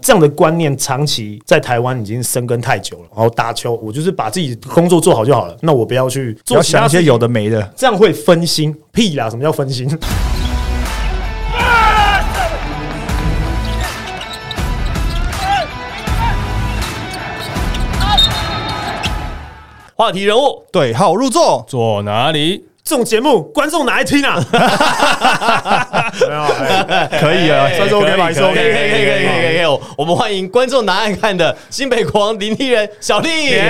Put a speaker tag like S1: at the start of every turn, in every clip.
S1: 这样的观念长期在台湾已经生根太久了。然后打球，我就是把自己工作做好就好了，那我不要去
S2: 不要
S1: 做其
S2: 想
S1: 他
S2: 一些
S1: 事
S2: 有的没的。
S1: 这样会分心。屁啦，什么叫分 心？
S3: 话题人物
S2: 对号入座，
S4: 哦
S3: 坐哪里？
S1: 这种节目观众哪来听啊？没有，哎
S2: 可以啊，
S1: 算是 OK 吧
S3: 可
S1: 算
S3: 以
S1: 是
S3: 可
S1: OK
S3: 以
S1: 嗯
S3: 可以可以可以可以可以可以，我我们欢迎观众拿爱看的新北国王林立人小丽。
S1: 耶！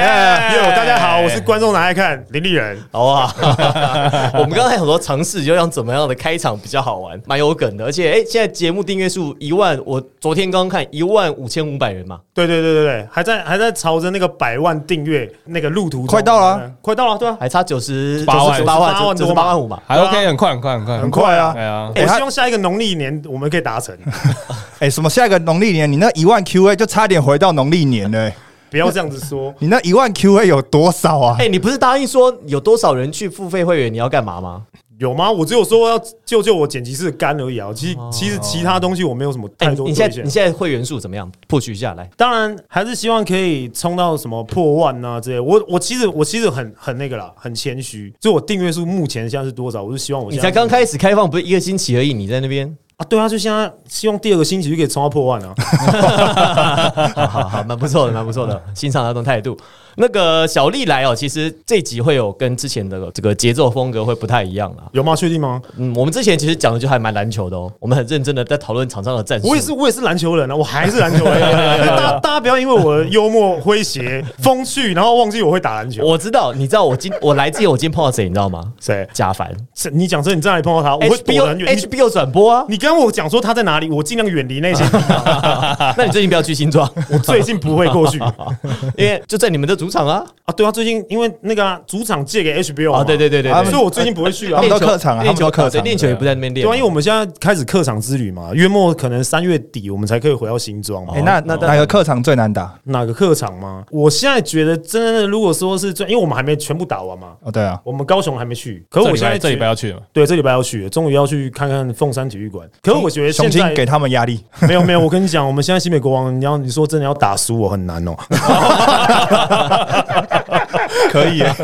S3: 哟，
S1: 大家好，我是观众拿来看林立人。
S3: 好不好？ 我们刚才有很多尝试，就让怎么样的开场比较好玩，蛮有梗的。而且，哎、现在节目订阅数一万，我昨天刚看一万五千五百人嘛，
S1: 对对对对对，还在还在朝着那个百万订阅那个路途中，
S2: 快到了啊
S1: 嗯快到了，对啊，
S3: 还差九十
S4: 八万
S3: 八
S1: 八
S3: 万，
S1: 万
S3: 九
S1: 多
S3: 十
S1: 嘛
S3: 八万五嘛。
S4: 还
S1: 对啊
S4: OK，很快很快很快
S2: 很快啊
S4: 对啊，
S1: 哎我
S2: 他
S1: 希望下一个农历年我们可以达成，
S2: 哎、什么下一个农历年，你那一万 QA 就差点回到农历年了、哎
S1: 不要这样子说。
S2: 你那一万 QA 有多少啊？
S3: 哎、你不是答应说有多少人去付费会员，你要干嘛吗？
S1: 有吗？我只有说要救救我剪辑室的肝而已啊。其实其实其他东西我没有什么
S3: 哎、
S1: 太
S3: 你
S1: 多
S3: 你
S1: 兑
S3: 现在
S1: 现
S3: 你。现在会员数怎么样？破取一下来。
S1: 当然还是希望可以冲到什么破万啊之类。我我其实我其实很很那个啦，很谦虚。就我订阅数目前现在是多少？我是希望我
S3: 你
S1: 现在
S3: 才刚开始开放，不是一个星期而已，你在那边，
S1: 啊，对啊，就现在希望第二个星期就可以冲到破万 啊。
S3: 好好好，蛮不错的，蛮不错的，欣赏那种态度。那个小丽来哦，其实这集会有跟之前的这个节奏风格会不太一样啦。
S1: 有吗？确定吗？
S3: 嗯，我们之前其实讲的就还蛮篮球的哦，我们很认真的在讨论场上的战术。
S1: 我也是，我也是篮球人啊，我还是篮球人。啊 大大家不要因为我的幽默、诙谐、风趣，然后忘记我会打篮球。
S3: 我知道，你知道我今我来之前我今天碰到谁，你知道吗？
S1: 谁？
S3: 贾凡
S1: 是你讲真，你在哪里碰到他，我会躲得很
S3: ，HBO
S1: 远。你
S3: HBO 转播啊。
S1: 你跟我讲说他在哪里，我尽量远离那 些地方。
S3: 那你最近不要去新庄，
S1: 我最近不会过去啊。
S3: 因为就在你们的主场啊。
S1: 对啊，最近因为那个啊主场借给 HBO
S4: 哦
S3: 啊，对
S1: 对，
S3: 对对对
S2: 啊
S3: 对
S1: 所以我最近不会去啊
S2: 他。们
S3: 练
S2: 都
S3: 球
S2: 客场啊他
S3: 练
S2: 们都
S3: 球
S2: 客场
S3: 对练球也不在那边
S1: 对
S3: 练
S1: 啊，
S3: 嘛。
S1: 因为我们现在开始客场之旅嘛，月末可能三月底我们才可以回到新庄嘛
S2: 哎、。那
S3: 那
S2: 哪个客场最难打？
S1: 哪个客场吗？我现在觉得真的，如果说是最，因为我们还没全部打完嘛，
S2: 哦，对啊，
S1: 我们高雄还没去，可
S4: 这
S1: 我
S4: 礼
S1: 现在
S4: 拜这礼
S1: 觉
S4: 拜要去了吗，
S1: 对，这礼拜要去，终于要去看看凤山体育馆。可是我觉得
S2: 雄
S1: 现
S2: 心
S1: 在
S2: 给他们压力，
S1: 没有没有，我跟你讲，我们现在新美国王，你要你说真的要打输我很难哦。
S2: 可以、哎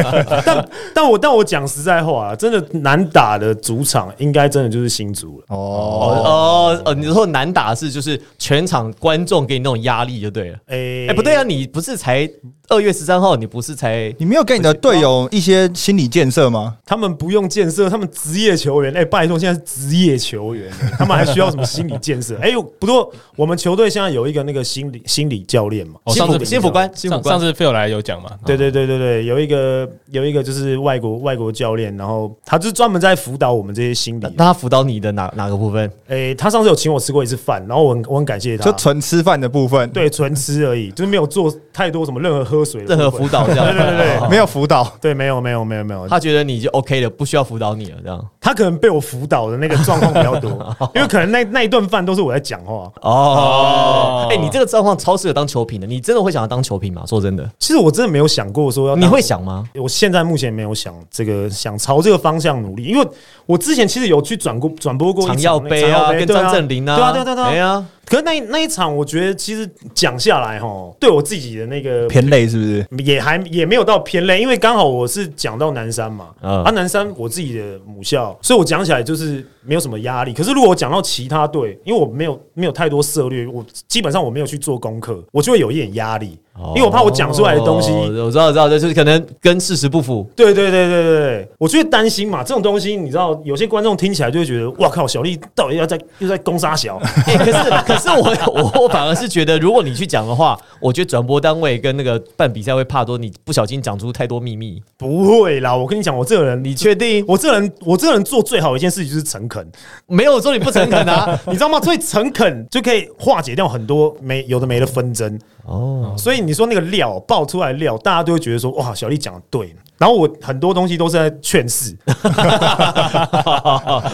S1: 但但我但我讲实在话啊，真的难打的主场，应该真的就是新竹了。
S2: 哦，
S3: 哦哦哦，你说难打是就是全场观众给你那种压力就对了。
S1: 哎
S3: 哎，不对啊，，你不是才二月十三号，你不是才
S2: 你没有给你的队友一些心理建设吗？
S1: 他们不用建设，他们职业球员，哎、拜托，现在是职业球 员，他们还需要什么心理建设？哎、不过我们球队现在有一个那个心理心理教练嘛，
S4: 哦
S3: 幸
S4: 上
S3: 福
S4: 次
S3: 幸福官幸福
S4: 上
S3: 官
S4: 上次 Phil 来有讲嘛？
S1: 对对对对对，有一个有一个就是外国外国教练，然后他就是专门在辅导我们这些心理
S3: 那。他辅导你的哪哪个部分？
S1: 诶、他上次有请我吃过一次饭，然后我很我很感谢他
S2: 就，纯吃饭的部分，，
S1: 对，纯吃而已，就是没有做太多什么任何喝水的
S3: 任何
S1: 部分
S3: 辅导这样？
S1: 对对对对
S3: 哦
S2: 没有辅导，
S1: 对，没有没有没有没有，他
S3: 他觉得你就 OK 了，不需要辅导你了，这样。
S1: 他可能被我辅导的那个状况比较 多，因为可能那那一顿饭都是我在讲话。
S3: 哦，哎，你这个状况超适合当球评的，你真的会想要当球评吗？说真的，
S1: 其实我真的没有想过说要当
S3: 你会想吗？
S1: 我现在目前没有想这个，想朝这个方向努力，因为我之前其实有去转过转播过一
S3: 常
S1: 场
S3: 耀
S1: 那
S3: 杯啊，
S1: 常耀
S3: 跟
S1: 对
S3: 张镇麟啊，
S1: 对啊对啊对啊对啊
S3: 哎呀，
S1: 可是那一那一场，我觉得其实讲下来哈，对我自己的那个
S2: 偏累是不是？
S1: 也还也没有到偏累，因为刚好我是讲到南山嘛，
S3: 嗯
S1: 啊南山我自己的母校，所以我讲起来就是没有什么压力。可是如果我讲到其他队，因为我没有没有太多策略，我基本上我没有去做功课，我就会有一点压力，因为我怕我讲出来的东西
S3: 哦我知道，我知道，就是可能跟事实不符。
S1: 对对对对对对，我就会担心嘛，这种东西你知道，有些观众听起来就会觉得，哇靠，小丽到底要在又在攻杀 小，
S3: 哎，可是可是我我我反而是觉得，如果你去讲的话，我觉得转播单位跟那个办比赛会怕多，你不小心讲出太多秘密。
S1: 不会啦，我跟你讲，我这个人，
S3: 你确定？
S1: 我这个人，我这个人做最好的一件事情就是诚恳，
S3: 没有说你不诚恳 啊？
S1: 你知道吗？所以诚恳就可以化解掉很多没有的没的纷争。
S3: 哦，
S1: 所以你说那个料爆出来的料，大家都会觉得说，哇，小丽讲的对，然后我很多东西都是在劝世，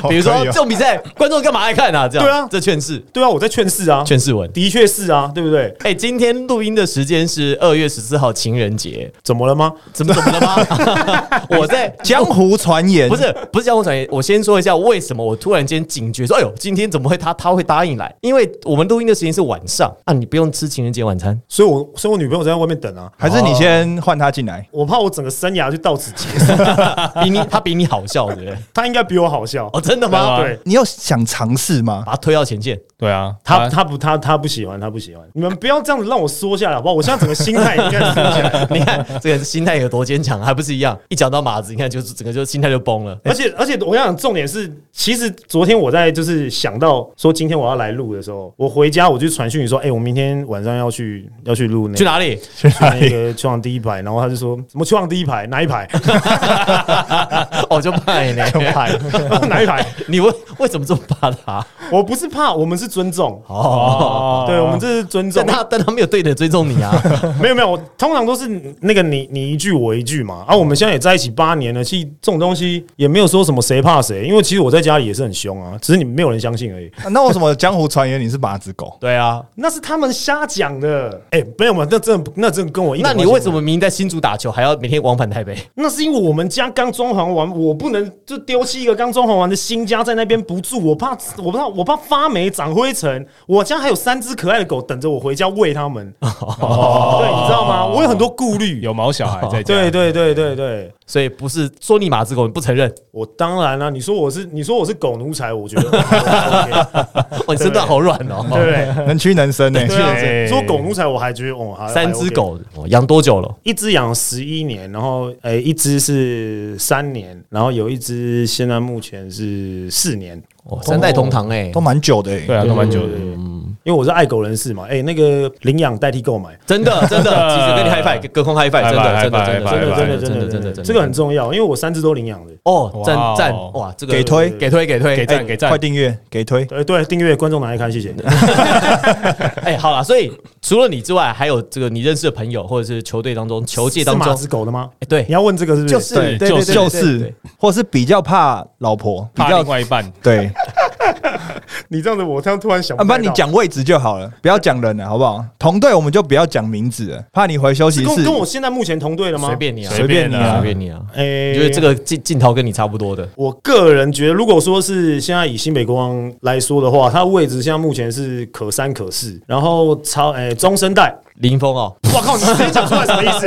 S3: 比如说
S2: 好可以哦
S3: 这种比赛，观众干嘛来看啊？这样
S1: 对啊
S3: 这劝世
S1: 对啊，我在劝世啊，
S3: 劝世文。
S1: 的确是啊，对不对？
S3: 哎、今天录音的时间是二月十四号情人节，
S1: 怎么了吗？
S3: 怎么怎么了吗？ 我在
S2: 江湖传言
S3: 不是不是江湖传言，我先说一下为什么我突然间警觉说，哎呦，今天怎么会他他会答应来？因为我们录音的时间是晚上啊，你不用吃情人节晚餐。
S1: 所以我，所以我女朋友在外面等啊，
S2: 还是你先换他进来？
S1: 我怕我整个生涯就到此结束。
S3: 比你 他比你好笑，对不对？
S1: 她应该比我好笑，
S3: 哦，真的
S4: 对
S3: 吗？
S4: 啊
S1: 对。
S2: 你有想尝试吗？
S3: 把他推到前线，
S4: 对啊，
S1: 她
S4: 啊
S1: 她不她她不喜欢，她不喜欢。你们不要这样子让我缩下来好不好？我现在整个心态应该缩下 来。
S3: 你看哎这个心态有多坚强，还不是一样？一讲到马子，你看就是整个就心态就崩了。
S1: 而且而且，我想重点是，其实昨天我在就是想到说今天我要来录的时候，我回家我就传讯你说，哎、我明天晚上要去要去录那
S3: 去
S1: 个
S3: 哪里？
S1: 去那个 球场第一排，然后他就说什么球场第一排哪一 排
S3: 哦，就怕你呢。
S1: 排哪一排？
S3: 你为为什么这么怕他？
S1: 我不是怕，我们是尊重，
S3: 哦，
S4: 哦
S1: 对我们这是尊重
S3: 但。他但他没有对等追踪你啊。
S1: 没有没有，我通常都是那个你你一句我一句嘛。啊，我们现在也在一起八年了，其实这种东西也没有说什么谁怕谁，因为其实我在家里也是很凶啊，只是你们没有人相信而已。
S2: 啊那为什么江湖传言你是马子 狗？
S3: 对啊，
S1: 那是他们瞎讲的。哎、没有嘛，那真的那真的跟我一点
S3: 那
S1: 关系
S3: 你
S1: 都没有
S3: 为什么明明在新竹打球，还要每天往返台北？
S1: 那是因为我们家刚装潢完，我不能就丢弃一个刚装潢完的新家在那边不住，我怕我怕我怕发霉长灰尘。我家还有三只可爱的狗等着我回家喂它 们，对，你知道吗？我有很多顾虑。
S4: 有毛小孩在家，
S1: 对对对对对，
S3: 所以不是说你马子狗，你不承 认，
S1: 我当然啦、你说我是你说我是狗奴才，我觉得 OK，
S3: 哦，你身段好软哦。
S1: 对不对？
S2: 能屈能伸呢、
S1: 对啊，
S4: 对
S1: 说狗奴才我还觉得哦，还
S3: 三
S1: 还
S3: 只
S1: OK
S3: 狗哦养多久了？
S1: 一只养十一年，然后诶、一只是三年，然后有一只现在目前是四年。
S3: 哦，三代同堂哎
S2: 都，蛮久的、欸。
S4: 对啊，都蛮久的。
S3: 嗯
S1: 因为我是爱狗人士嘛，诶、哎那个领养代替购买，
S3: 真的真的，其 实跟你 high five，隔空 high five，真的
S4: high
S3: 真的
S4: five，
S3: 真的
S4: high
S1: 真的
S4: five，
S1: 真的
S4: high
S1: 真的真的
S3: 真的，
S1: 这个很重要，因为我三只都领养的。
S3: 哦，赞
S4: 哇哦
S3: 赞哇，这个
S2: 给推
S3: 给推给推
S4: 给赞给赞
S2: 快，订阅给推。
S1: 对对，订阅观众拿来看，谢谢。
S3: 哎，好了，所以除了你之外，还有这个你认识的朋友，或者是球队当中、 球界
S1: 是
S3: 当
S1: 马
S3: 中，
S1: 子狗的吗？
S3: 哎，对
S1: 你，要问这个是不是？
S3: 就是
S4: 对
S2: 对
S4: 就是
S2: 就是，或是比较怕老婆，比
S4: 怕
S2: 较
S4: 另外一半，
S2: 对。
S1: 你这样子，我这样突然想
S2: 啊，不
S1: 太
S2: 然你
S1: 到
S2: 讲位置就好了，不要讲人了，好不好？同队我们就不要讲名字了，怕你回休息
S1: 是
S2: 室
S1: 跟跟我现在目前同队的吗？
S3: 随。便你啊，
S4: 随便你啊
S3: 随便你
S2: 哎
S3: 啊，
S1: 诶、
S3: 你觉得这个镜镜头跟你差不多的，
S1: 我个人觉得，如果说是现在以新北国王来说的话，它的位置现在目前是可三可四，然后超诶、中生代，
S3: 林 峰哦，
S1: 我靠，你直接讲出来什么意思？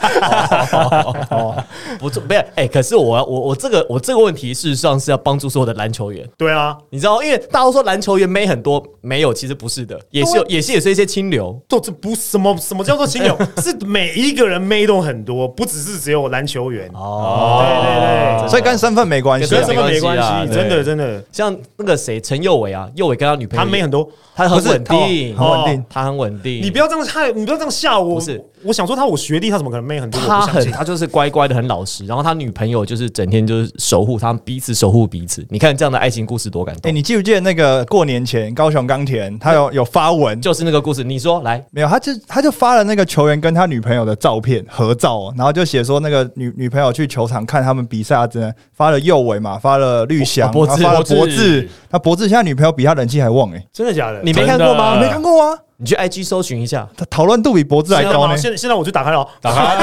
S3: 哦不错，没有哎，可是我我我这个我这个问题，事实上是要帮助所有的篮球员。
S1: 对啊，
S3: 你知道，因为大家都说篮球员没很多，没有，其实不是的，也是有，也是也是一些清流。
S1: 都这不什么什么叫做亲友， 是每一个人妹都很多，不只是只有篮球员。
S3: 哦，
S1: 对对对，
S2: 所以跟身份没关系
S1: 所
S3: 对
S1: 以
S3: 啊
S1: 什
S2: 啊。
S1: 么没关
S3: 没关
S1: 系，
S4: 系啊
S1: 真的真的，
S3: 像那个谁，陈佑伟啊，佑伟跟他女朋友，
S1: 他妹很多。
S3: 他
S2: 不
S3: 很
S2: 是
S3: 稳定，
S2: 哦很稳定
S3: 哦他很稳定。
S1: 你不要这样害，你不要这样吓我。
S3: 不是，
S1: 我想说他我学弟，他怎么可能妹很多？
S3: 他
S1: 我不相
S3: 很，
S1: 信
S3: 他就是乖乖的，很老实。然后他女朋友就是整天就是守护他们彼此，守护彼此。你看这样的爱情故事多感
S2: 哎，
S3: 动，
S2: 你记不记得那个过年前高雄钢铁人他有有发文？
S3: 就是那个故事。你说来，
S2: 没有，他就他就发了那个球员跟他女朋友的照片合照哦，然后就写说那个女女朋友去球场看他们比赛啊，真的发了右尾嘛，发了绿翔，
S3: 哦博
S2: 然后
S3: 博智
S2: 发了
S4: 博
S2: 博
S4: 智
S2: 智，他博智现在女朋友比他人气还旺哎，
S1: 真的假的？
S3: 你
S1: 你
S3: 没看过吗？
S4: 真
S2: 没
S4: 的
S2: 看过啊？
S3: 你去 IG 搜寻一 下。
S2: 他讨论度比博智还
S3: 啊
S2: 高呢。
S1: 现在现在我就打开了哦，
S4: 打开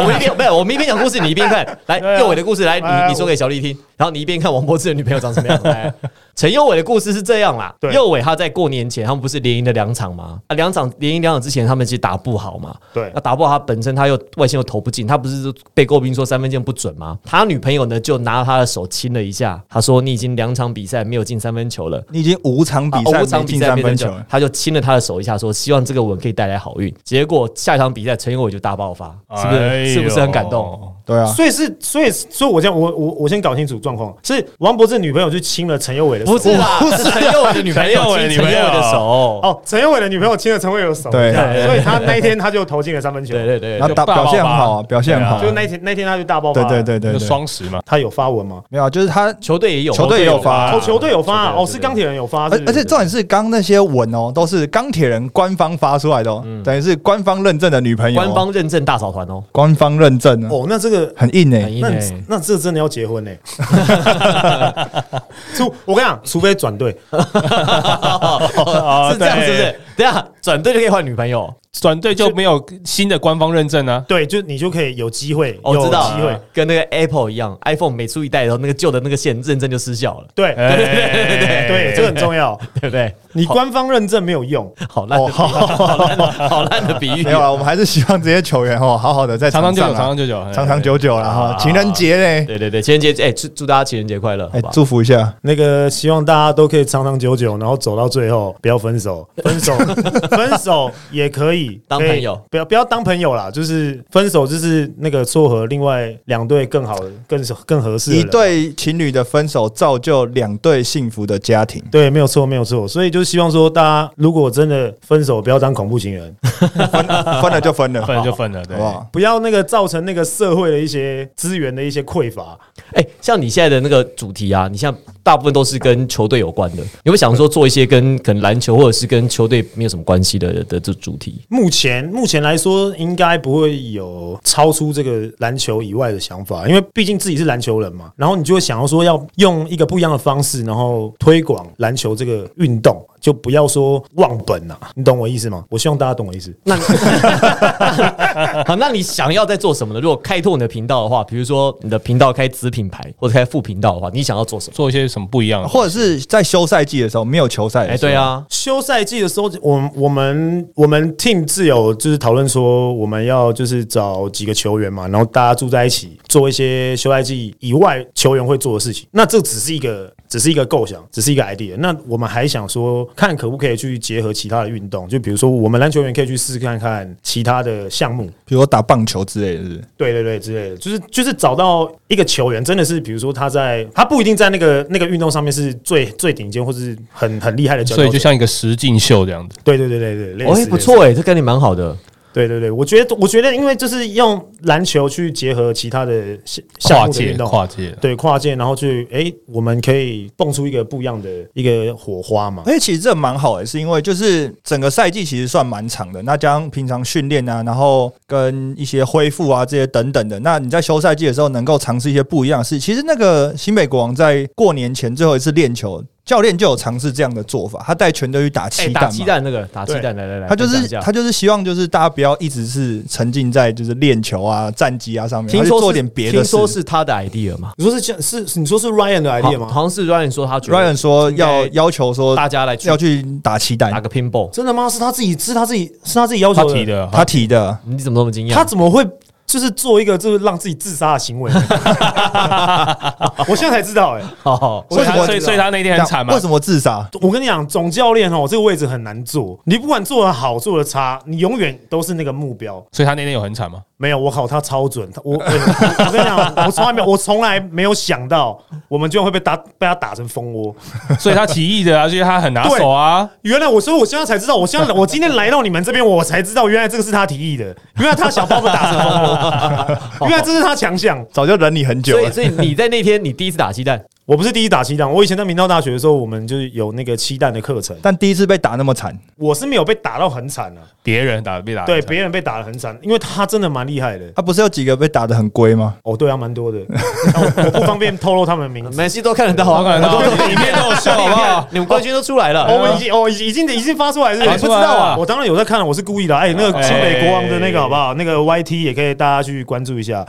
S3: 我们一边没有，我们一边讲故事，你一边 看。来，
S1: 对啊
S3: 佑伟的故事，来
S1: 哎
S3: 你你说给小丽听，然后你一边看王柏芝的女朋友长什么样。来， 陈佑伟的故事是这样啦。
S1: 对
S3: 佑伟他在过年前，他们不是连赢了两场吗？啊，两场连赢两场之前，他们其实打不好嘛。
S1: 对
S3: 那打不好，他本身他又外线又投不进，他不是被诟病说三分线不准吗？他女朋友呢就拿他的手亲了一下，他说：“你已经两场比赛没有进三分球了。”
S2: 你已经五场比
S3: 啊
S2: 赛
S3: 五场
S2: 没
S3: 比
S2: 进
S3: 赛
S2: 三
S3: 没
S2: 分
S3: 得
S2: 球
S3: 球
S2: 了，，
S3: 他就亲了他的手一下，说希望这个吻可以带来好运。结果下一场比赛，陈永伟就大爆发，是不是？
S4: 哎呦
S3: 是不是很感动？
S2: 对啊，
S1: 所以是，所以，所以我这样，我我我先搞清楚状况，是王柏芝女朋友去亲了陈宥伟的手，
S3: 不是啦，是陈宥伟的女朋友
S4: 陈宥伟的
S3: 亲陈
S4: 女
S3: 宥
S4: 朋
S3: 伟
S4: 友
S3: 的手，
S1: 哦，陈宥伟的女朋友亲了陈宥伟的手，
S2: 对
S1: 这样所以他那一天他就投进了三分球，
S3: 对对对
S2: 然后
S3: 对，
S2: 打
S4: 大爆
S2: 表现很好啊，
S4: 发
S2: 表现很好啊，
S1: 就那一天那一天他就大爆发
S3: 啊
S2: 对
S1: 了，
S2: 对对对
S4: 就
S2: 对，
S4: 双十嘛，
S1: 他有发文吗？
S2: 没有啊，就是他
S3: 球队也有，
S2: 球队也有发啊
S1: 哦，球队有发啊，
S3: 球队
S1: 哦，是钢铁人有发，
S2: 而
S1: 是不
S2: 而
S1: 是
S2: 且重点是，刚刚那些文哦，都是钢铁人官方发出来的哦，等于是官方认证的女朋友哦，
S3: 嗯官方认证大嫂团哦，欸
S2: 官方认证哦，
S1: 哦，那这个。
S2: 很硬哎，
S1: 那 你那这真的要结婚呢、 除我跟你讲，除非转队，
S3: 是这样是不是？等一下转队就可以换女朋友，
S4: 转队就没有新的官方认证啊？
S1: 对，就你就可以有机会，
S3: 我
S1: 有
S3: 哦知道
S1: 机会，，
S3: 跟那个 Apple 一样，iPhone 每出一代的时候，那个旧的那个线认证就失效了，
S1: 对
S4: 哎
S1: 对对对，这个很重要。
S3: 对不对？
S1: 你官方认证没有用，
S3: 好烂的比喻，好烂的，好烂的比 喻
S2: 没。有啊，我们还是希望这些球员哦，好好的在
S4: 长
S2: 场
S4: 长久久，
S2: 上
S4: 长
S2: 啊
S4: 长久久，哎
S2: 长长。久久了哈，
S3: 啊
S2: 情人节嘞，
S3: 对对对，情人节，哎，祝祝大家情人节快乐，好
S2: 哎
S3: 吧，？
S2: 祝福一下，
S1: 那个希望大家都可以长长久久，然后走到最后，不要分 手，分手，分手也可以
S3: 当
S1: 可以
S3: 朋友
S1: 不要不要当朋友啦，就是分手就是那个撮合另外两队更好的、更更合适的
S2: 一
S1: 人
S2: 对情侣的分手造就两对幸福的家 庭。
S1: 对，没有错，没有错，所以就希望说，大家如果真的分手，不要当恐怖情人，
S2: 分分了就分了，
S4: 分了就分了，对
S2: 好不，好？
S1: 不要那个造成那个社会的一些资源的一些匮乏。
S3: 哎，像你现在的那个主题啊，你像大部分都是跟球队有关的，有没有想说做一些跟可能篮球或者是跟球队没有什么关系的的这主题？
S1: 目前目前来说，应该不会有超出这个篮球以外的想法，因为毕竟自己是篮球人嘛。然后你就会想要说，要用一个不一样的方式，然后推广篮球这个运动，就不要说忘本呐、你懂我意思吗？我希望大家懂我意思。
S3: 那好，那你想要在做什么呢？如果开拓你的频道的话，比如说你的频道开子品牌或者开副频道的话，你想要做什么？
S4: 做一些什么不一样的？
S2: 或者是在休赛季的时候没有球赛，
S3: 哎，对，啊，
S1: 休赛季的时候，我们我们我们 team 自有就是讨论说，我们要就是找几个球员嘛，然后大家住在一起，做一些休赛季以外球员会做的事情。那这只是一个只是一个构想，只是一个 idea。那我们还想说，看可不可以去结合其他的运动，就比如说我们篮球员可以去试试看看其他的项目，
S2: 比如说打棒球之类的是不是，
S1: 对对对之类的，就是就是找到一个球员，真的是比如说他在他不一定在那个那个运动上面是最最顶尖或是很很厉害的佼佼
S4: 所
S1: 者，
S4: 以就像一个实境秀这样子，
S1: 对对对对对，类
S3: 哦，
S1: 似
S3: 哎，不
S1: 类似
S3: 错哎，这概念蛮好的。
S1: 对对对，我觉得我觉得，因为就是用篮球去结合其他的项项
S4: 跨
S1: 目的
S4: 界
S1: 运动，
S4: 跨界。
S1: 对跨界，然后去哎、诶我们可以蹦出一个不一样的一个火花嘛。
S2: 而且其实这蛮好的，是因为就是整个赛季其实算蛮长的，那加上平常训练啊，然后跟一些恢复啊这些等等的，那你在休赛季的时候能够尝试一些不一样的事。其实那个新北国王在过年前最后一次练球，教练就有尝试这样的做法，他带全队去打
S3: 哎，
S2: 鸡蛋
S3: 打
S2: 嘛。
S3: 鸡蛋那个，打鸡蛋，来来来，
S2: 他就
S3: 分享一
S2: 是
S3: 下
S2: 他就是希望就是大家不要一直是沉浸在就是练球啊、战绩啊上面，
S3: 听
S2: 他就
S3: 说
S2: 做
S3: 是
S2: 点别的
S3: 听说
S2: 事。
S3: 是他的 idea 嘛
S1: 你说是这样是是你说是 Ryan 的 idea
S3: 好好
S1: 吗？
S3: 像是 Ryan 说他觉得
S2: Ryan 说要
S3: 应该
S2: 要求说
S3: 大家来去
S2: 要去打七
S3: 打
S2: 蛋，
S3: 个 pinball，
S1: 真的吗？是他自己是他自己是他自己要
S4: 他
S1: 求
S4: 提，
S3: 啊
S4: 的，
S2: 他提的。
S3: 你怎么那么惊
S1: 他
S3: 讶？
S1: 怎么会就是做一个就是让自己自杀的行为？ 我现在才知道哎、诶
S3: 哦，
S4: 所以
S2: 为什么
S4: 他所以所以他那天很惨嘛
S2: 啊为，什么自杀？
S1: 我跟你讲，总教练哦，这个位置很难做。你不管做的好，做的差，你永远都是那个目标。
S4: 所以他那天有很惨嘛。
S1: 没有，我靠，他超准！他我我我跟你讲，我从来没有，我从来没有想到，我们居然会被打被他打成蜂窝。
S4: 所以他提议的啊，所以他很拿手啊。
S1: 原来我，所以我现在才知道，我现在我今天来到你们这边，我才知道，原来这个是他提议的，原来他想把我们打成蜂窝，原来这是他强项。
S2: 早就忍你很久
S3: 所以
S2: 了。
S3: 所以你在那天你第一次打鸡蛋，
S1: 我不是第一打七蛋，我以前在明道大学的时候，我们就是有那个七蛋的课程，
S2: 但第一次被打那么惨，
S1: 我是没有被打到很惨啊，
S4: 别人打被打，
S1: 对，别人被打的很惨，因为他真的蛮厉害的。
S2: 他不是有几个被打的很龟吗？
S1: 哦，对啊，蛮多的，我我不方便透露他们的名字。
S3: 每期都看得到
S4: 我
S3: 啊，
S4: 看 到里面都有秀，好不好？
S3: 你们冠军都出来
S1: 哦，
S3: 了，
S1: 我已经哦，已经已经已经发出来是不是
S4: 发
S1: 不
S4: 出
S1: 知
S4: 来了
S1: 道啊，我当然有在看，我是故意的啊。哎，那个
S4: 哎
S1: 新北国王的那个好不好？那个 YT 也可以大家去关注一 下，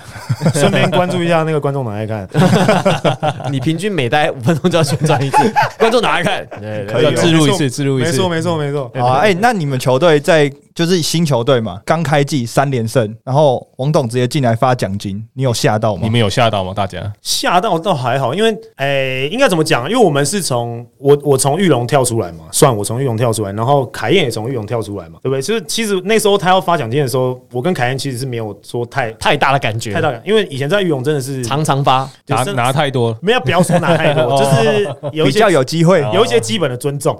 S1: 顺便关注一下那个观众哪爱看。
S3: 你平均每待五分钟就要宣传一次，观众哪来看？对对
S2: 可以
S4: 要
S2: 哦
S4: 自
S1: 哎
S4: 入一
S1: 没错
S4: 次，自入一哎啊
S1: 没
S4: 次
S1: 错，。没错，没错。
S2: 好啊，哎，那你们球队在就是新球队嘛，刚开季三连胜，然后王董直接进来发奖金，你有吓到吗？
S4: 你们有吓到吗？大家
S1: 吓到倒还好，因为诶、应该怎么讲？因为我们是从我我从玉龙跳出来嘛，算我从玉龙跳出来，然后凯燕也从玉龙跳出来嘛，对不对？就是其实那时候他要发奖金的时候，我跟凯燕其实是没有说太
S3: 太大的感觉，
S1: 太大感，因为以前在玉龙真的是
S3: 常常发，
S1: 就
S4: 拿
S1: 是
S4: 拿太多了，
S1: 没有不要说拿太 多，就是有一
S2: 比
S1: 些哦
S2: 较有机
S3: 哦
S2: 会，
S1: 有一些基本的尊重。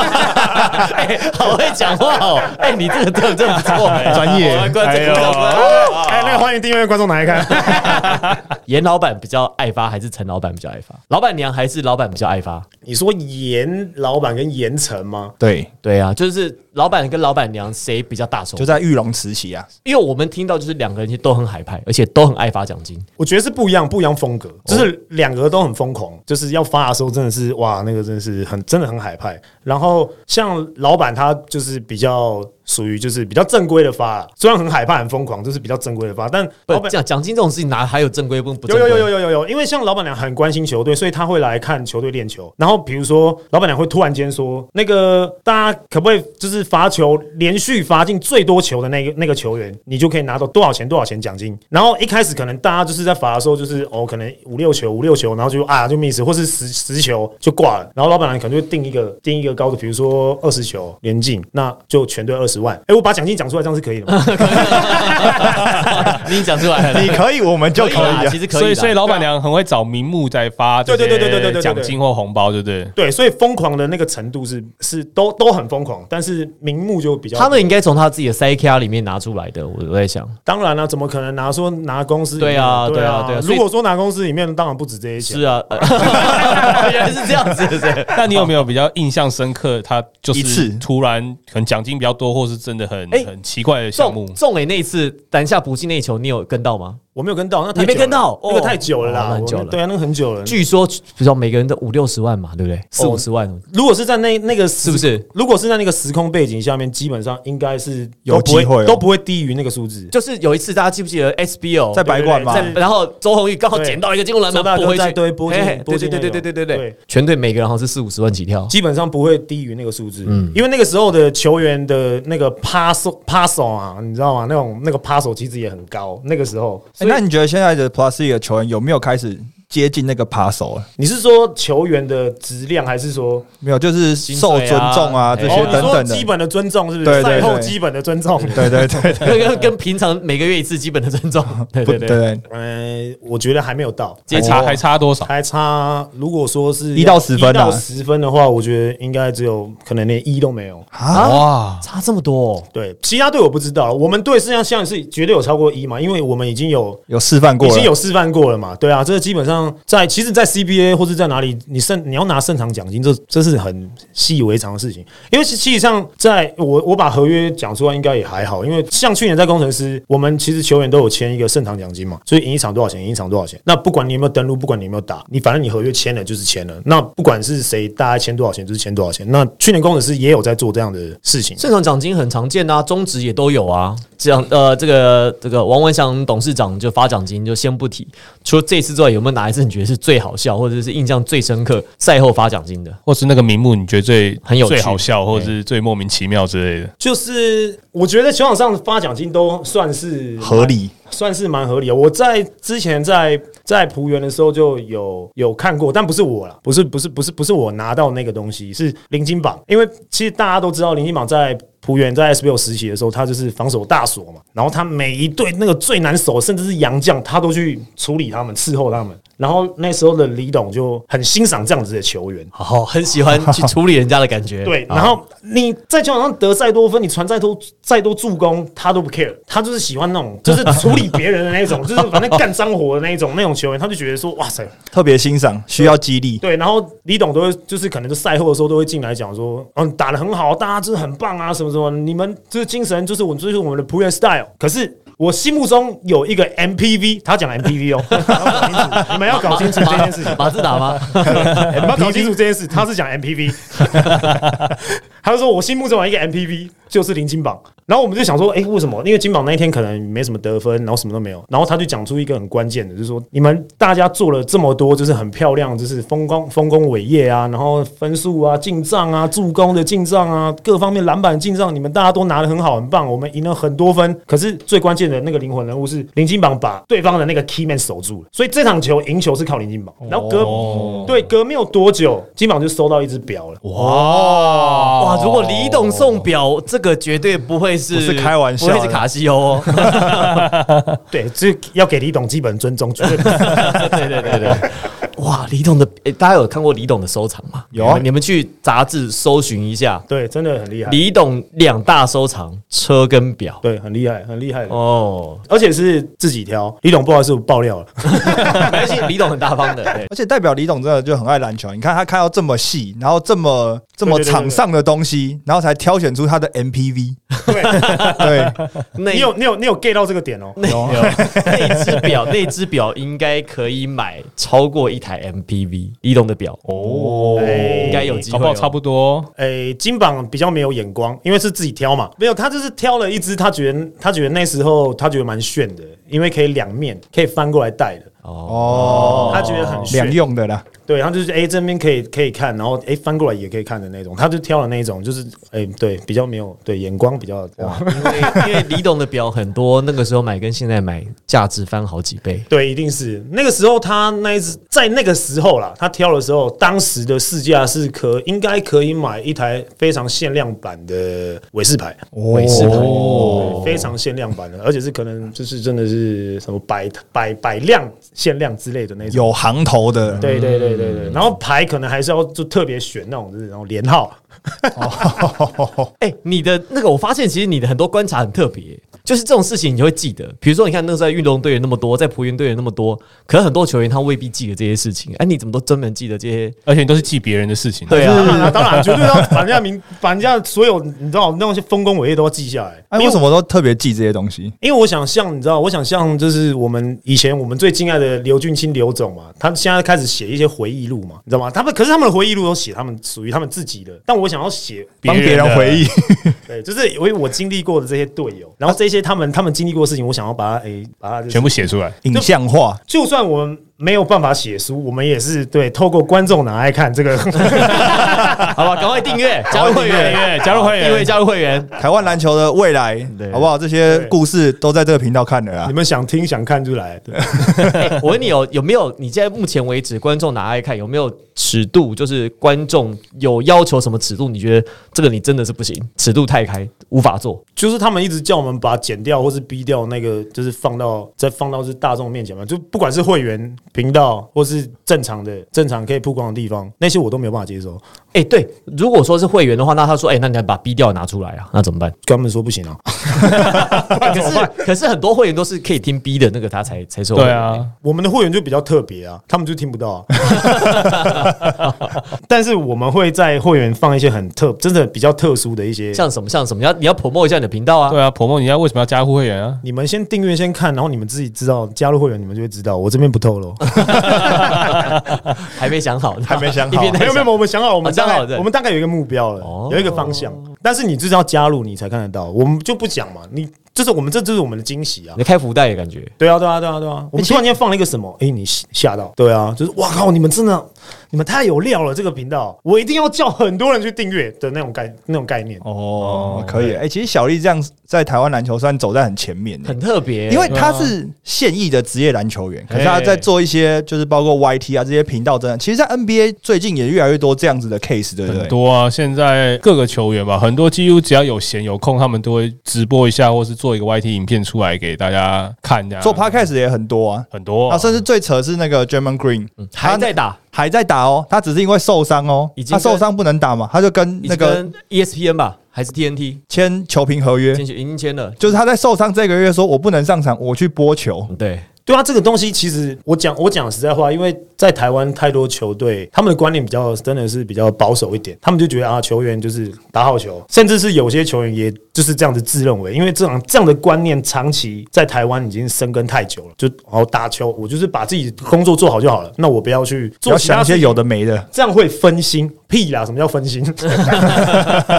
S3: 哎，好会讲话哦！哎，你这个真的真不错，哎
S4: 专业
S3: 我们啊观众
S4: 哎呦
S3: 观众
S1: 哎，那个欢迎订阅观众拿来看，
S3: 严老板比较爱发，还是陈老板比较爱发？老板娘还是老板比较爱发？
S1: 你说严老板跟严城吗？
S2: 对，
S3: 对啊，就是老板跟老板娘谁比较大手
S2: 就？在玉龙时期啊，
S3: 因为我们听到就是两个人其实都很海派，而且都很爱发奖金。
S1: 我觉得是不一样，不一样风格，就是两个都很疯狂，就是要发的时候真的是哇，那个真的是很真的很海派。然后像老板他就是比较属于就是比较正规的发啦，虽然很海派很疯狂，就是比较正规的发，但
S3: 不
S1: 老板
S3: 讲奖金这种事情哪还有正规不不正
S1: 哦有有
S3: 规？
S1: 有有有有有，因为像老板娘很关心球队，所以她会来看球队练球。然后比如说，老板娘会突然间说：“那个大家可不可以就是罚球连续罚进最多球的那个那个球员，你就可以拿到多少钱多少钱奖金。”然后一开始可能大家就是在罚的时候，就是哦，可能五六球五六球，然后就啊就 miss，或是十十球就挂了。然后老板娘可能就定一个定一个高的，比如说二十球连进，那就全队二十万。哎，我把奖金讲出来，这样是可以的吗？
S3: 你已经讲出来了，
S2: 你可以，我们就可以
S3: 啦
S2: 啊
S3: 其。实可以
S4: 所以
S3: 啦
S4: 所以老板娘很会找名目在发这
S1: 对对对对对对
S4: 些
S1: 对对
S4: 奖金或红包，对不对？
S1: 对，所以疯狂的那个程度是是都都很疯狂，但是名目就比较。
S3: 他们应该从他自己的 CKR 里面拿出来的，我我在想
S1: 当然了、啊怎么可能拿说拿公司里面
S3: 对啊
S1: 对
S3: 对啊对啊所以
S1: 如果说拿公司里面，当然不止这些钱。
S3: 是啊，呃 原来是这样子，是不是
S4: 那你有没有比较印象深刻？他就
S2: 一次
S4: 是突然可能奖金比较多，或是真的很
S3: 哎
S4: 很奇怪的项目
S3: 仲？仲磊那一次篮下补进那一球，你有跟到吗？
S1: 我没有跟到，那太
S3: 你没
S1: 久了
S3: 跟到
S1: 那个
S3: 哦
S1: 太久了
S3: 哦
S1: 啦，
S3: 那很
S1: 我
S3: 久
S1: 那
S3: 了
S1: 对啊，那个很久了。
S3: 据说，比如说每个人都五六十万嘛，对不对？四五十万，
S1: 如果是在那那个时
S3: 是不是？
S1: 如果是在那个时空背景下面，基本上应该是
S2: 有
S1: 都不会
S2: 机会哦
S1: 都不会低于那个数字。
S3: 就是有一次大家记不记得 SBO
S2: 在白馆嘛
S1: 对对对
S3: 然后周鸿祎刚好
S1: 啊对
S3: 捡到一个进攻篮板
S1: 周大哥
S3: 拨回去，
S1: 在对拨进
S3: 嘿嘿
S1: 拨进
S3: 对对
S1: 那
S3: 对
S1: 个
S3: 对对对对
S1: 对，
S3: 全队每个人好像是四五十万 起跳，
S1: 基本上不会低于那个数字，
S3: 嗯
S1: 因为那个时候的球员的那个 pass pass 啊，你知道吗？那种那个 pass 其实也很高。那个时候，
S2: 哎那你觉得现在的 Plus E 的球员有没有开始接近那个扒手了？
S1: 你是说球员的质量，还是说
S2: 没有，就是受尊重啊这
S3: 薪
S1: 哦
S2: 些
S3: 水啊哎
S1: 你
S2: 等
S1: 说
S2: 等的
S1: 基。本的尊重是不
S2: 对
S1: 是？赛
S2: 对
S1: 后
S2: 对
S1: 基本的尊重。
S2: 对对对，
S3: 那个跟平常每个月一次基本的尊重， 对
S2: 不
S3: 对对，
S2: 对，
S1: 呃，我觉得还没有到，
S4: 还差还差多少？
S1: 还差。如果说是
S2: 一到十分啊
S1: 一到十分的话，我觉得应该只有可能连一都没有。
S2: 啊，
S4: 哇！
S3: 差这么多哦，
S1: 对，其他队我不知道。我们队实际上像是绝对有超过一嘛，因为我们已经有
S2: 有示范过
S1: 已经
S2: 了，
S1: 有示范过了嘛？对啊，这基本上在其实，在 CBA 或是在哪里，你胜你要拿胜场奖金，这这是很习以为常的事情。因为其其实上，在我我把合约讲出来，应该也还好。因为像去年在工程师，我们其实球员都有签一个胜场奖金嘛，所以赢一场多少钱，赢一场多少钱。那不管你有没有登录，不管你有没有打，你反正你合约签了就是签了。那不管是谁，大家签多少钱就是签多少钱。那去年工程师也有在做这样的事情。
S3: 正常奖金很常见啊，中职也都有啊。这样呃，这个这个王文祥董事长就发奖金就先不提。除了这次之外，有没有哪一次你觉得是最好笑，或者是印象最深刻赛后发奖金的？
S4: 或是那个名目，你觉得最
S3: 很有趣
S4: 最好笑，或者是最莫名其妙之类的？
S1: 就是我觉得球场上发奖金都算是
S2: 合理。
S1: 算是蛮合理的。我在之前在在浦原的时候就有有看过，但不是我啦，不是不是不是不是我拿到那个东西，是林金榜。因为其实大家都知道，林金榜在浦原在 SBL 实习的时候，他就是防守大锁嘛，然后他每一队那个最难守，甚至是洋将，他都去处理他们，伺候他们。然后那时候的李董就很欣赏这样子的球员，
S3: 好、很喜欢 去处理人家的感觉。啊
S1: 对，
S3: 好
S1: 然后你在球场上得再多分，你传再多再多助攻，他都不 care，他就是喜欢那种就是处理别人的那一种，就是反正干脏活的那一种那种球员，他就觉得说哇塞，
S2: 特别欣赏，需要激励。
S1: 对。然后李董都会就是可能就赛后的时候都会进来讲说，嗯，打得很好，大家真的很棒啊，什么什么，你们这精神就是我们就是我们的 p r a y style。可是我心目中有一个 MPV，他讲 MPV 哦，你们要搞清楚你们要搞清楚这件事 情，
S3: 马自达吗？
S1: 你们要搞清楚这件事，他是讲 MPV，他就说我心目中有一个 MPV 就是林金榜，然后我们就想说，哎、为什么？因为金榜那一天可能没什么得分，然后什么都没有，然后他就讲出一个很关键的，就是说你们大家做了这么多，就是很漂亮，就是丰功丰功伟业啊，然后分数啊、进账啊、助攻的进账啊，各方面篮板进账，你们大家都拿得很好，很棒，我们赢了很多分。可是最关键的那个灵魂人物是林金榜，把对方的那个 key man 守住了，所以这场球赢球是靠林金榜，然后隔、对，隔没有多久，金榜就收到一只表了。
S2: 哇
S3: 哇！如果李董送表，这个绝对哦不会是
S2: 不是开玩笑的
S3: 不会是卡西欧哦。
S1: 对，这要给李董基本尊重， 绝对不是
S3: 对对对对，哇！李董的，诶大家有看过李董的收藏吗？
S2: 有啊
S3: 你们你们去杂志搜寻一下，
S1: 对，真的很厉害，
S3: 李董两大收藏，车跟表。
S1: 对，很厉害，很厉害的。
S3: 哦，
S1: 而且是自己挑，李董不好意思，我爆料了。
S3: 没关系，李董很大方 的。对
S2: 而且代表李董真的就很爱篮球，你看他看到这么细，然后这么这么
S1: 对对对对
S2: 场上的东西，然后才挑选出他的 MPV。对，
S3: 那
S1: 你有你有你有 get 到这个点哦？
S3: 那那只表， 那只表应该可以买超过一台 MPV。李董的表，
S4: 哦
S1: 哎应
S3: 该有机会
S4: 搞不
S3: 哦
S4: 好差不多。
S1: 诶、金榜比较没有眼光，因为是自己挑嘛。没有，他就是挑了一只，他觉得他觉得那时候他觉得蛮炫的，因为可以两面可以翻过来戴的，
S2: 哦，
S1: 他觉得很炫
S2: 两。用的啦。
S1: 对，然后就是哎、这边可以可以看，然后哎、翻过来也可以看的那种，他就挑了那种，就是哎、对比较没有对眼光比较哇，
S3: 因为因为李董的表很多，那个时候买跟现在买价值翻好几倍。
S1: 对，一定是那个时候他那一只在那个时候啦，他挑的时候，当时的市价是可应该可以买一台非常限量版的韦氏牌，
S3: 韦
S2: 哦
S3: 氏牌
S1: 对非常限量版的，而且是可能就是真的是什么百百百辆限量之类的那种。
S2: 有行头的，
S1: 对对对对
S3: 嗯
S1: 对，然后牌可能还是要就特别选那种就是然后连号，
S3: 哎、你的那个，我发现其实你的很多观察很特别，就是这种事情你就会记得。比如说，你看那时候在运动队员那么多，在葡员队员那么多，可是很多球员他未必记得这些事情。哎、你怎么都专门记得这些？
S4: 而且你都是记别人的事情，
S3: 对
S1: 当
S3: 啊，
S1: 然 啦当然绝对要把人家名，把人家所有你知道那些丰功伟业都要记下来。
S2: 哎，为什么都特别记这些东西？
S1: 因为我想像你知道，我想像就是我们以前我们最敬爱的刘俊清刘总嘛，他现在开始写一些回忆录嘛，你知道吗？他们可是他们的回忆录都写他们属于他们自己的，但我想要写，
S2: 帮别人回
S4: 忆。
S2: 忆，
S1: 对，就是因为我经历过的这些队友，然后这些他们他们经历过的事情，我想要把它诶、把它、就是、
S4: 全部写出来，
S2: 影像化。
S1: 就算我们没有办法写书，我们也是对透过观众拿来看这个。
S3: 好吧，赶快订阅，加入会员，
S4: 加入会员
S3: 订阅加入会员。
S2: 台湾篮球的未来，好不好？这些
S1: 对
S2: 故事都在这个频道看的啊
S1: 你。们想听想看就来，对
S3: 哎我问你有有没有？你现在目前为止观众拿来看有没有尺度？就是观众有要求什么尺度？你觉得这个你真的是不行，尺度太开，无法做。
S1: 就是他们一直叫我们把剪掉或是逼掉那个，就是放到再放到是大众面前嘛，就不管是会员频道或是正常的正常可以曝光的地方，那些我都没有办法接受，
S3: 哎、对，如果说是会员的话，那他说，哎、那你要把 B 调拿出来啊，那怎么办？
S1: 跟他们说不行啊。
S3: 欸可是可是很多会员都是可以听 B 的那个，他才才收。
S4: 对，啊，
S1: 我们的会员就比较特别啊，他们就听不到、啊。 但是我们会在会员放一些很特，真的比较特殊的一些。
S3: 像什么像什么，要你要 promote 一下你的频道啊。
S4: 对啊，婆婆，你要为什么要加入会员啊？
S1: 你们先订阅先看，然后你们自己知道加入会员，你们就会知道。我这边不透露，
S3: 还没想好，
S2: 还没想好
S3: 一边在
S1: 啊 没有没有，我们想好，我们
S3: 哦
S1: 大
S3: 想好
S1: 概
S3: 的
S1: 我们大概有一个目标
S3: 哦
S1: 了，有一个方向。但是你就是要加入，你才看得到。我们就不讲嘛，你就是我们这就是我们的惊喜啊
S3: 你！开福袋的感觉。
S1: 对啊，对啊，对啊，对
S3: 哎
S1: 啊！我们突然间放了一个什么？哎，你吓吓到？对啊，就是哇靠！你们真的，你们太有料了！这个频道，我一定要叫很多人去订阅的那种概那种概念。
S2: 哦，可以。哎，其实小丽这样在台湾篮球算走在很前面的
S3: 很。特别、
S2: 因为他是现役的职业篮球员，可是他
S4: 哎
S2: 在做一些就是包括 YT 啊这些频道真的，其实，在 NBA 最近也越来越多这样子的 case，对不
S4: 很
S2: 对？
S4: 多啊，现在各个球员吧，很多几乎只要有闲有空，他们都会直播一下，或是做一个 YT 影片出来给大家看的。
S2: 做 podcast 也很多啊，
S4: 很多
S2: 啊，甚至最扯是那个 German Green
S3: 嗯还在打，
S2: 还在打哦，他只是因为受伤哦
S3: 已，经
S2: 他
S3: 跟
S2: 受伤不能打嘛，他就跟
S3: 那
S2: 那个
S3: 个 ESPN 吧，还是 TNT
S2: 签球评合约
S3: 进，去已经签了。
S2: 就是他在受伤这个月说我不能上场，我去播球，
S3: 嗯对，
S1: 对啊，这个东西其实我讲我讲实在话，因为在台湾太多球队，他们的观念比较真的是比较保守一点，他们就觉得啊，球员就是打好球，甚至是有些球员也就是这样子自认为，因为这种这样的观念长期在台湾已经生根太久了，就哦打球，我就是把自己工作做好就好了，那我不要去
S2: 不
S1: 做
S2: 要
S1: 其他
S2: 想一些有的没的。
S1: 这样会分心，屁啦！什么叫分心？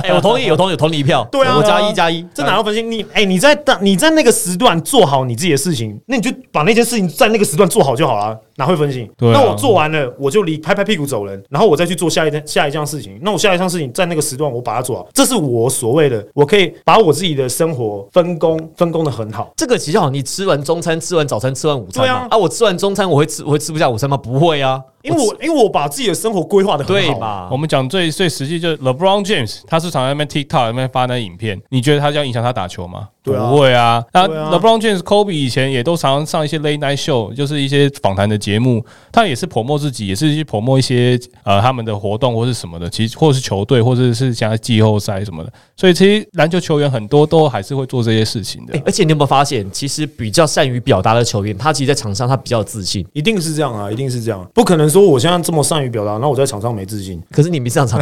S3: 哎，我同意，有同意，有同理一票。
S1: 对啊
S3: 我加一加一，
S1: 这哪叫分心？你哎、你在当你在那个时段做好你自己的事情，那你就把那件事情在那个时段做好就好了，哪会分心？
S4: 对啊
S1: 那我做完了，我就离拍拍屁股走人，然后我再去做下一件下一件事情。那我下一项事情在那个时段我把它做好，这是我所谓的，我可以把我自己的生活分工分工的很好。
S3: 这个其实好，你吃完中餐，吃完早餐，吃完午餐
S1: 对
S3: 嘛
S1: 啊。
S3: 啊，我吃完中餐，我会吃，我会吃不下午餐吗？不会啊，
S1: 因为我因为我把自己的生活规划的很
S3: 对
S1: 好，
S3: 吧
S4: 我？们讲最最实际就是 LeBron James，他是常在那边 TikTok 那边发那影片，你觉得他这样影响他打球吗？
S1: 对啊
S4: 不会啊。那
S1: 对啊
S4: LeBron James、Kobe 以前也都常常上一些 late night show，就是一些访谈的节目，他也是 promo 自己，也是去 promo 一些呃他们的活动或是什么的，其实或是球队或者是像季后赛什么的。所以其实篮球球员很多都还是会做这些事情的。
S3: 哎而且你有没有发现，其实比较善于表达的球员，他其实在场上他比较有自信。
S1: 一定是这样啊，一定是这样，不可能说我现在这么善于表达，然后我在场上没自信。
S3: 可是你没上场，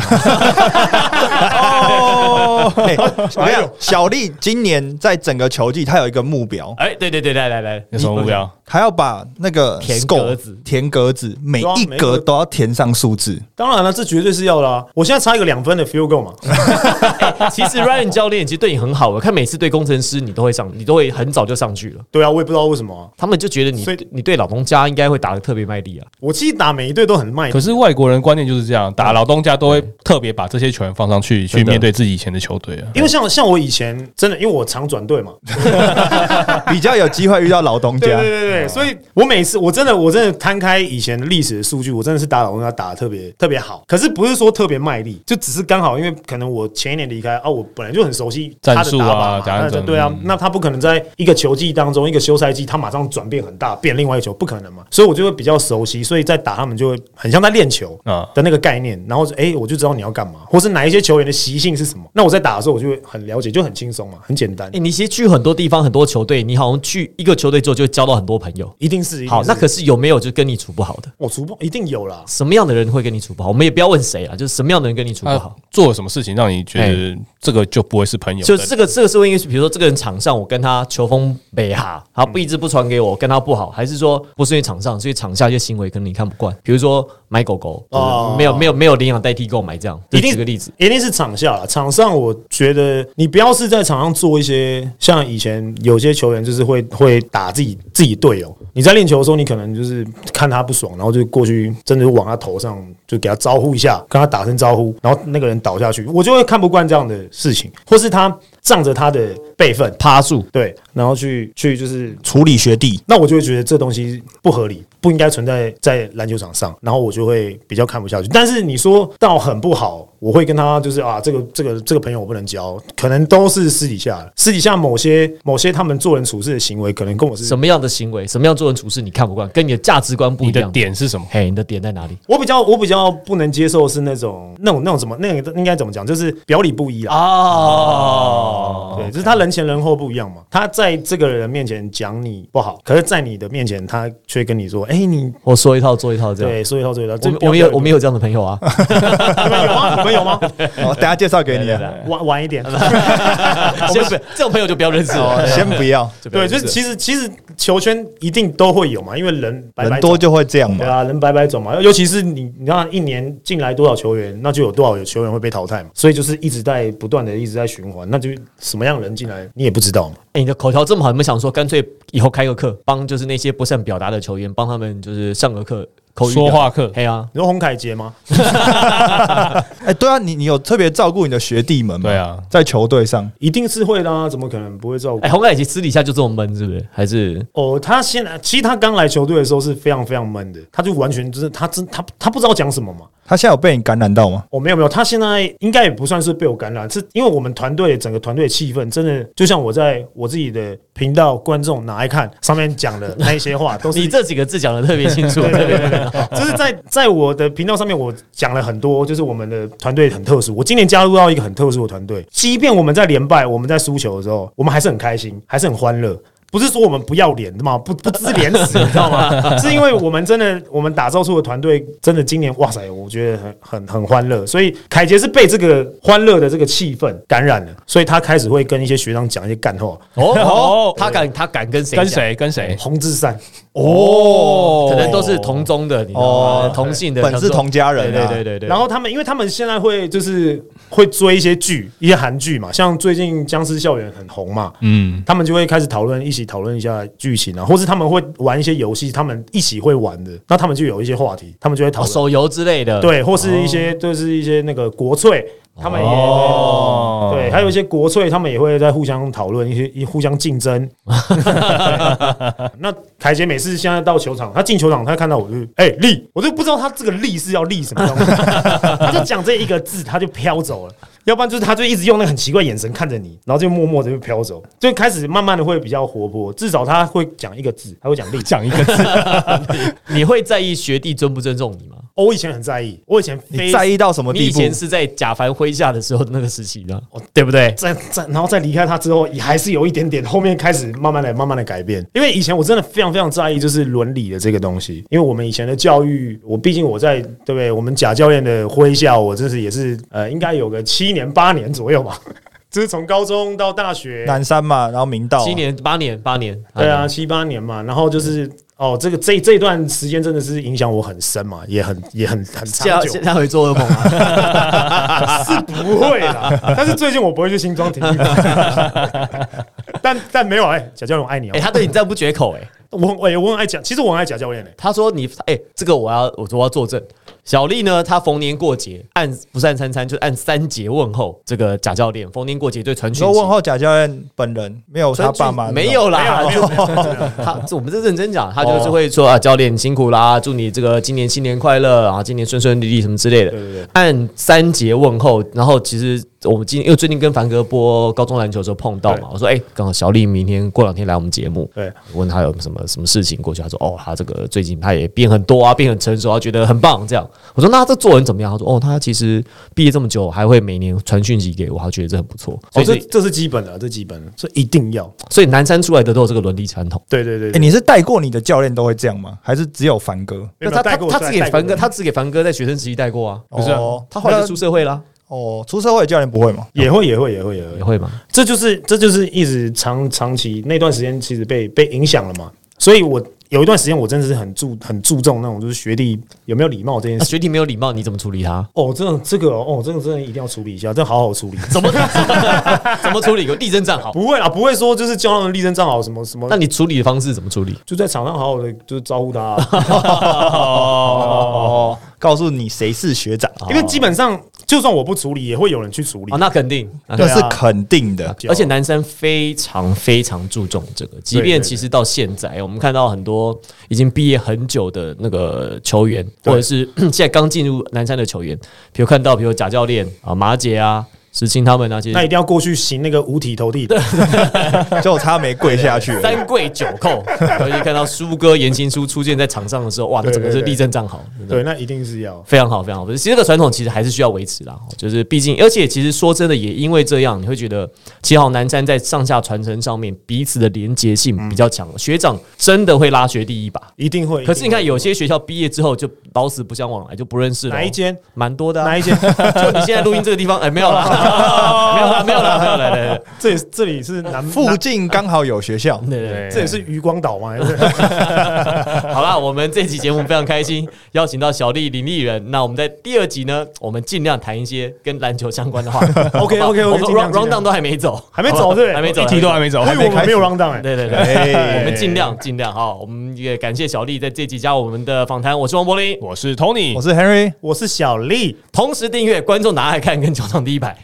S2: 哦，哎我跟你讲小丽今年在整个球季，她有一个目标，
S3: 哎，对对对，来来来，
S4: 有什么目标？
S3: 哎
S2: 她要把那个
S3: 填
S2: score，
S3: 格子
S2: 填格子，每
S1: 对啊
S2: 一
S1: 每一
S2: 格
S1: 格
S2: 都要填上数字。
S1: 当然了，这绝对是要的啊！我现在差一个两分的 feel go 嘛，
S3: 其实 Ryan 教练其实对你很好，我看每次对工程师你都会上，你都会很早就上去了。
S1: 对啊，我也不知道为什么啊、
S3: 他们就觉得你
S1: 所以
S3: 你对老东家应该会打得特别卖力啊。
S1: 我其实打每一队都很卖力
S4: 可是外国人观念就是这样，打老东家都会特别把这些球员放上去，去
S3: 哎真的
S4: 面对自己以前的球队啊。
S1: 因为像像我以前真的，因为我常转队嘛，
S3: 啊
S2: 比较有机会遇到老东
S1: 对
S2: 家
S1: 对。对对对，所以我每次我真的我真的摊开以前历史的数据，我真的是打老东家打的特别特别好，可是不是说特别卖力，就只是刚好因为可能我前一年离开啊，我本来就很熟悉他的打法嘛
S4: 战术啊打
S1: 那
S4: 那种
S1: 对啊
S4: 嗯，
S1: 那他不可能在一个球季当中一个休赛季他马上转变很大，变另外一个球不可能嘛，所以我就会比较熟悉，所以在打他们就会很像在练球，
S4: 啊，
S1: 的那个概念，然后哎、诶我就知道你要干嘛，或是哪一些球员的习性是什么。那我在打的时候，我就会很了解，就很轻松嘛，很简单
S3: 哎、，你其实去很多地方、很多球队，你好像去一个球队之后就会交到很多朋友。
S1: 一定是。一定
S3: 好，
S1: 是
S3: 那可是有没有就跟你处不好的？
S1: 我主播一定有啦。
S3: 什么样的人会跟你处不好？我们也不要问谁啊，就是什么样的人跟你处不
S4: 他
S3: 好。哎
S4: 做了什么事情让你觉得这个就不会是朋友？
S3: 就这个，这个是会因为，比如说这个人场上我跟他球风北哈，他不一直不传给我，跟他不好，还是说不是因为场上，所以场下一些行为可能你看不惯，比如说买狗狗，
S1: 哦
S3: 没有没有没有领养代替购买这样，就
S1: 一定
S3: 举个例子。
S1: 一定是场下啦，场上我觉得你不要是在场上做一些像以前有些球员就是会会打自己自己队友。你在练球的时候，你可能就是看他不爽，然后就过去真的就往他头上就给他招呼一下，跟他打声招呼，然后那个人倒下去，我就会看不惯这样的事情，或是他仗着他的辈分，
S3: 趴住，
S1: 对，然后去去就是，
S2: 处理学弟，
S1: 那我就会觉得这东西不合理，不应该存在在篮球场上，然后我就会比较看不下去。但是你说到很不好，我会跟他就是啊，这个这个这个朋友我不能交，可能都是私底下的，私底下某些某些他们做人处事的行为，可能跟我是
S3: 什么样的行为，什么样做人处事你看不惯，跟你的价值观不一
S4: 你的
S3: 样。
S4: 点是什么？
S3: 嘿，你的点在哪里？
S1: 我比较我比较不能接受是那种那种那种怎么那个应该怎么讲，就是表里不一啊。
S3: 哦，
S1: 对，就是他人前人后不一样嘛。他在这个人面前讲你不好，可是，在你的面前，他却跟你说：“哎、你
S3: 我说一套做一套这样。
S1: 对，所以他所以他，
S3: 啊我
S1: 这
S3: 们我们有我们有这样的朋友 啊，
S1: 你们有吗？你们有吗？
S2: 我哦等下介绍给你啊。
S1: 晚晚一点。
S3: 先不这种朋友就不要认识了
S2: 哦，先不要，
S3: 就不要
S1: 对，就
S3: 认识
S1: 是其实其实球圈一定都会有嘛，因为人白白
S2: 人多
S1: 走
S2: 就会这样
S1: 对
S2: 嘛。
S1: 啊，人白白走嘛。尤其是你，你看一年进来多少球员，那就有多少有球员会被淘汰嘛。所以就是一直在不断的一直在循环，那就什么样的人进来你也不知道嘛。
S3: 哎、你的口条这么好，有没有想说干脆以后开个课，帮就是那些不善表达的球员，帮他们就是上个课口语表
S4: 说话课
S3: 嘿啊，
S1: 你说洪凯杰吗？
S2: 哎，对啊，你你有特别照顾你的学弟们吗？
S4: 对啊，
S2: 在球队上，
S1: 一定是会的啊，怎么可能不会照顾
S3: 哎、？洪凯其实私底下就这么闷，是不是？还是
S1: 哦，他现在其实他刚来球队的时候是非常非常闷的，他就完全就是他真他他不知道讲什么嘛。
S2: 他现在有被你感染到吗？
S1: 哦，没有没有，他现在应该也不算是被我感染，是因为我们团队整个团队的气氛真的就像我在我自己的频道观众拿来看上面讲的那一些话，都是
S3: 你这几个字讲的特别清楚，
S1: 对
S3: 特
S1: 对
S3: 别
S1: 对对对，就是在在我的频道上面，我讲了很多，就是我们的团队很特殊。我今年加入到一个很特殊的团队，即便我们在连败、我们在输球的时候，我们还是很开心，还是很欢乐。不是说我们不要脸的嘛，不不知廉耻，你知道吗？ 是因为我们真的，我们打造出的团队真的今年，哇塞，我觉得很很很欢乐。所以凯杰是被这个欢乐的这个气氛感染了，所以他开始会跟一些学长讲一些干话。
S3: 哦，他敢他敢跟谁？
S4: 跟？谁跟
S3: 哎
S4: 谁？
S1: 洪志善，
S2: 哦
S3: 可能都是同宗的，你知道吗？
S2: 哦
S3: 同姓的，
S2: 本是同家人啊
S3: 对对对对对。
S1: 然后他们，因为他们现在会就是会追一些剧，一些韩剧嘛，像最近《僵尸校园》很红嘛，
S4: 嗯，
S1: 他们就会开始讨论，一起讨论一下剧情啊，或是他们会玩一些游戏，他们一起会玩的，那他们就有一些话题，他们就会讨
S3: 哦
S1: 论，
S3: 手游之类
S4: 呃
S3: 的，
S1: 对，或是一些就是一些那个国粹，他们也。
S4: 哦
S1: 对，还有一些国粹，他们也会在互相讨论，一些一互相竞争。 对那凯杰每次现在到球场，他进球场，他看到我就是哎、力，我就不知道他这个力是要力什么东西， 他就讲这一个字，他就飘走了。要不然就是他就一直用那个很奇怪眼神看着你，然后就默默的就飘走，就开始慢慢的会比较活泼，至少他会讲一个字，他会讲力。
S4: 讲一个字，
S3: 你会在意学弟尊不尊重你吗？
S1: 哦我以前很在意，我以前
S2: 你
S1: 非
S2: 在意到什么
S3: 你以
S2: 地步？
S3: 前是在贾凡麾下的时候的那个时期的，
S1: 哦
S3: 对不对？
S1: 在在，然后再离开他之后，也还是有一点点，后面开始慢慢的、慢慢的改变。因为以前我真的非常非常在意就是伦理的这个东西，因为我们以前的教育，我毕竟我在对不对？我们贾教练的麾下，我真是也是呃，应该有个七年八年左右吧， 就是从高中到大学，
S2: 南山嘛，然后明道啊，
S3: 七年、八年、八年，
S1: 对啊，，七八年嘛，然后就是。哦，这个这这段时间真的是影响我很深嘛，也很也很很
S3: 下
S1: 长久，
S3: 下回做噩梦啊！
S1: 是不会啦。但是最近我不会去新庄体育馆， 但但没有哎、贾教练我爱你哦、
S3: 哎，他对你赞不绝口，哎，
S1: 我我也我很爱讲，其实我很爱贾教练嘞、欸
S3: 他说你，哎，这个我要，我我要作证。小丽呢，她逢年过节按不是按三餐，就按三节问候这个贾教练。逢年过节对传
S2: 你
S3: 讯
S2: 说
S3: 息
S2: 问候贾教练本人没有他爸妈，
S3: 没有啦，
S1: 没有没有没有没有
S3: 他这我们是认真讲，他就是会说啊，教练辛苦啦，祝你这个今年新年快乐啊，今年顺顺利利什么之类的。
S1: 对对对
S3: 按三节问候，然后其实我们今因为最近跟凡哥播高中篮球的时候碰到嘛
S1: 对，
S3: 我说哎，刚好小丽明天过两天来我们节目，
S1: 对，
S3: 问他有什么什么事情过去，他说哦，他这个最近他也变很多啊，变很成熟啊，觉得很棒这样。我说那他这做人怎么样？他说哦，他其实毕业这么久，还会每年传讯息给我，他觉得这很不错。
S1: 哦，
S3: 所以
S1: 这
S3: 是、
S1: 这是基本的，这基本的，这一定要。
S3: 所以南山出来的都有这个伦理传统。
S1: 对对对
S2: 哎，你是带过你的教练都会这样吗？还是只有凡哥？
S1: 没有
S3: 他
S1: 带
S3: 他
S1: 过
S3: 他只给
S1: 带过
S3: 凡哥，他只给凡哥在学生时期带过啊。
S4: 不是啊
S2: 哦
S3: 他后来
S2: 那
S3: 就出社会啦，
S2: 哦，出社会的教练不 会吗？
S1: 也会也会也会也会
S3: 也，会吗？
S1: 这就是这就是一直长长期那段时间其实被被影响了嘛，所以我有一段时间我真的是很注很注重那种就是学弟有没有礼貌这件
S3: 那
S1: 事。
S3: 啊学弟没有礼貌，你怎么处理他？
S1: 哦，真的这个哦，哦真的真的一定要处理一下，这好好 处理。
S3: 怎么怎么处理？有地震站好，
S1: 不会啊，不会说就是教他们立正站好什么什么
S3: 那，你处理的方式怎么处理？
S1: 就在场上好好的就是招呼他 啊、
S2: 哦，告诉你谁是学长，
S1: 因为基本上就算我不处理，也会有人去处理
S3: 啊，。那肯定，那
S2: 这
S1: 对啊
S2: 是肯 定的。
S3: 而且男生非常非常注重这个，即便其实到现在，我们看到很多已经毕业很久的那个球员，或
S1: 对
S3: 者是 现在刚进入南山的球员，比如看到，比如贾教练啊、马姐啊、石青他们啊，其
S1: 那
S3: 实
S1: 一定要过去行那个五体投地。啊
S2: 就差没跪 下去而已。
S3: 三跪九叩，尤其看到苏哥、言情书出现在场上的时候，哇，那整个是
S1: 对对对
S3: 立正站好，真的
S1: 对，那一定是要。
S3: 非常好，非常好。其实这个传统其实还是需要维持啦，哦就是毕竟，而且其实说真的，也因为这样，你会觉得七号南山在上下传承上面彼此的连结性比较强，学长真的会拉学弟一把。
S1: 一定会。
S3: 可是你
S1: 一
S3: 看，
S1: 定
S3: 有些哦学校毕业之后就老死不相往来，就不认识
S1: 会
S3: 了。
S1: 哪一？ 间？
S3: 蛮多的、啊。
S1: 哪一间？
S3: 就你现在录音这个地方，哎、没有 啦，没有啦，没有啦，没有啦，来来
S1: 这里这里是 南
S2: 附
S1: 南
S2: 近刚好有学
S1: 嗯
S2: 校，
S3: 对对
S4: 对
S1: 这里是渔光岛吗？还 是
S3: 对，好啦，我们这期节目非常开心，邀请到小丽林丽人。那我们在第二集呢，我们尽量谈一些跟篮球相关的话题。
S1: OK，OK，OK，
S3: 我们
S1: 尽量
S3: round
S1: 尽
S3: round
S1: 量
S3: down 都还没走，
S1: 还没走对不对？
S3: 还没走
S4: 一题都还没走，
S1: 我以为我们没有 round down 哎。
S3: 对对对，
S2: 哎
S3: 我们尽量尽量哈，我们也感谢小丽在这集加入我们的访谈。我是王柏林，
S4: 我是 Tony，
S2: 我是 Henry，
S1: 我是小丽。
S3: 同时订阅观众拿来看跟球场第一排。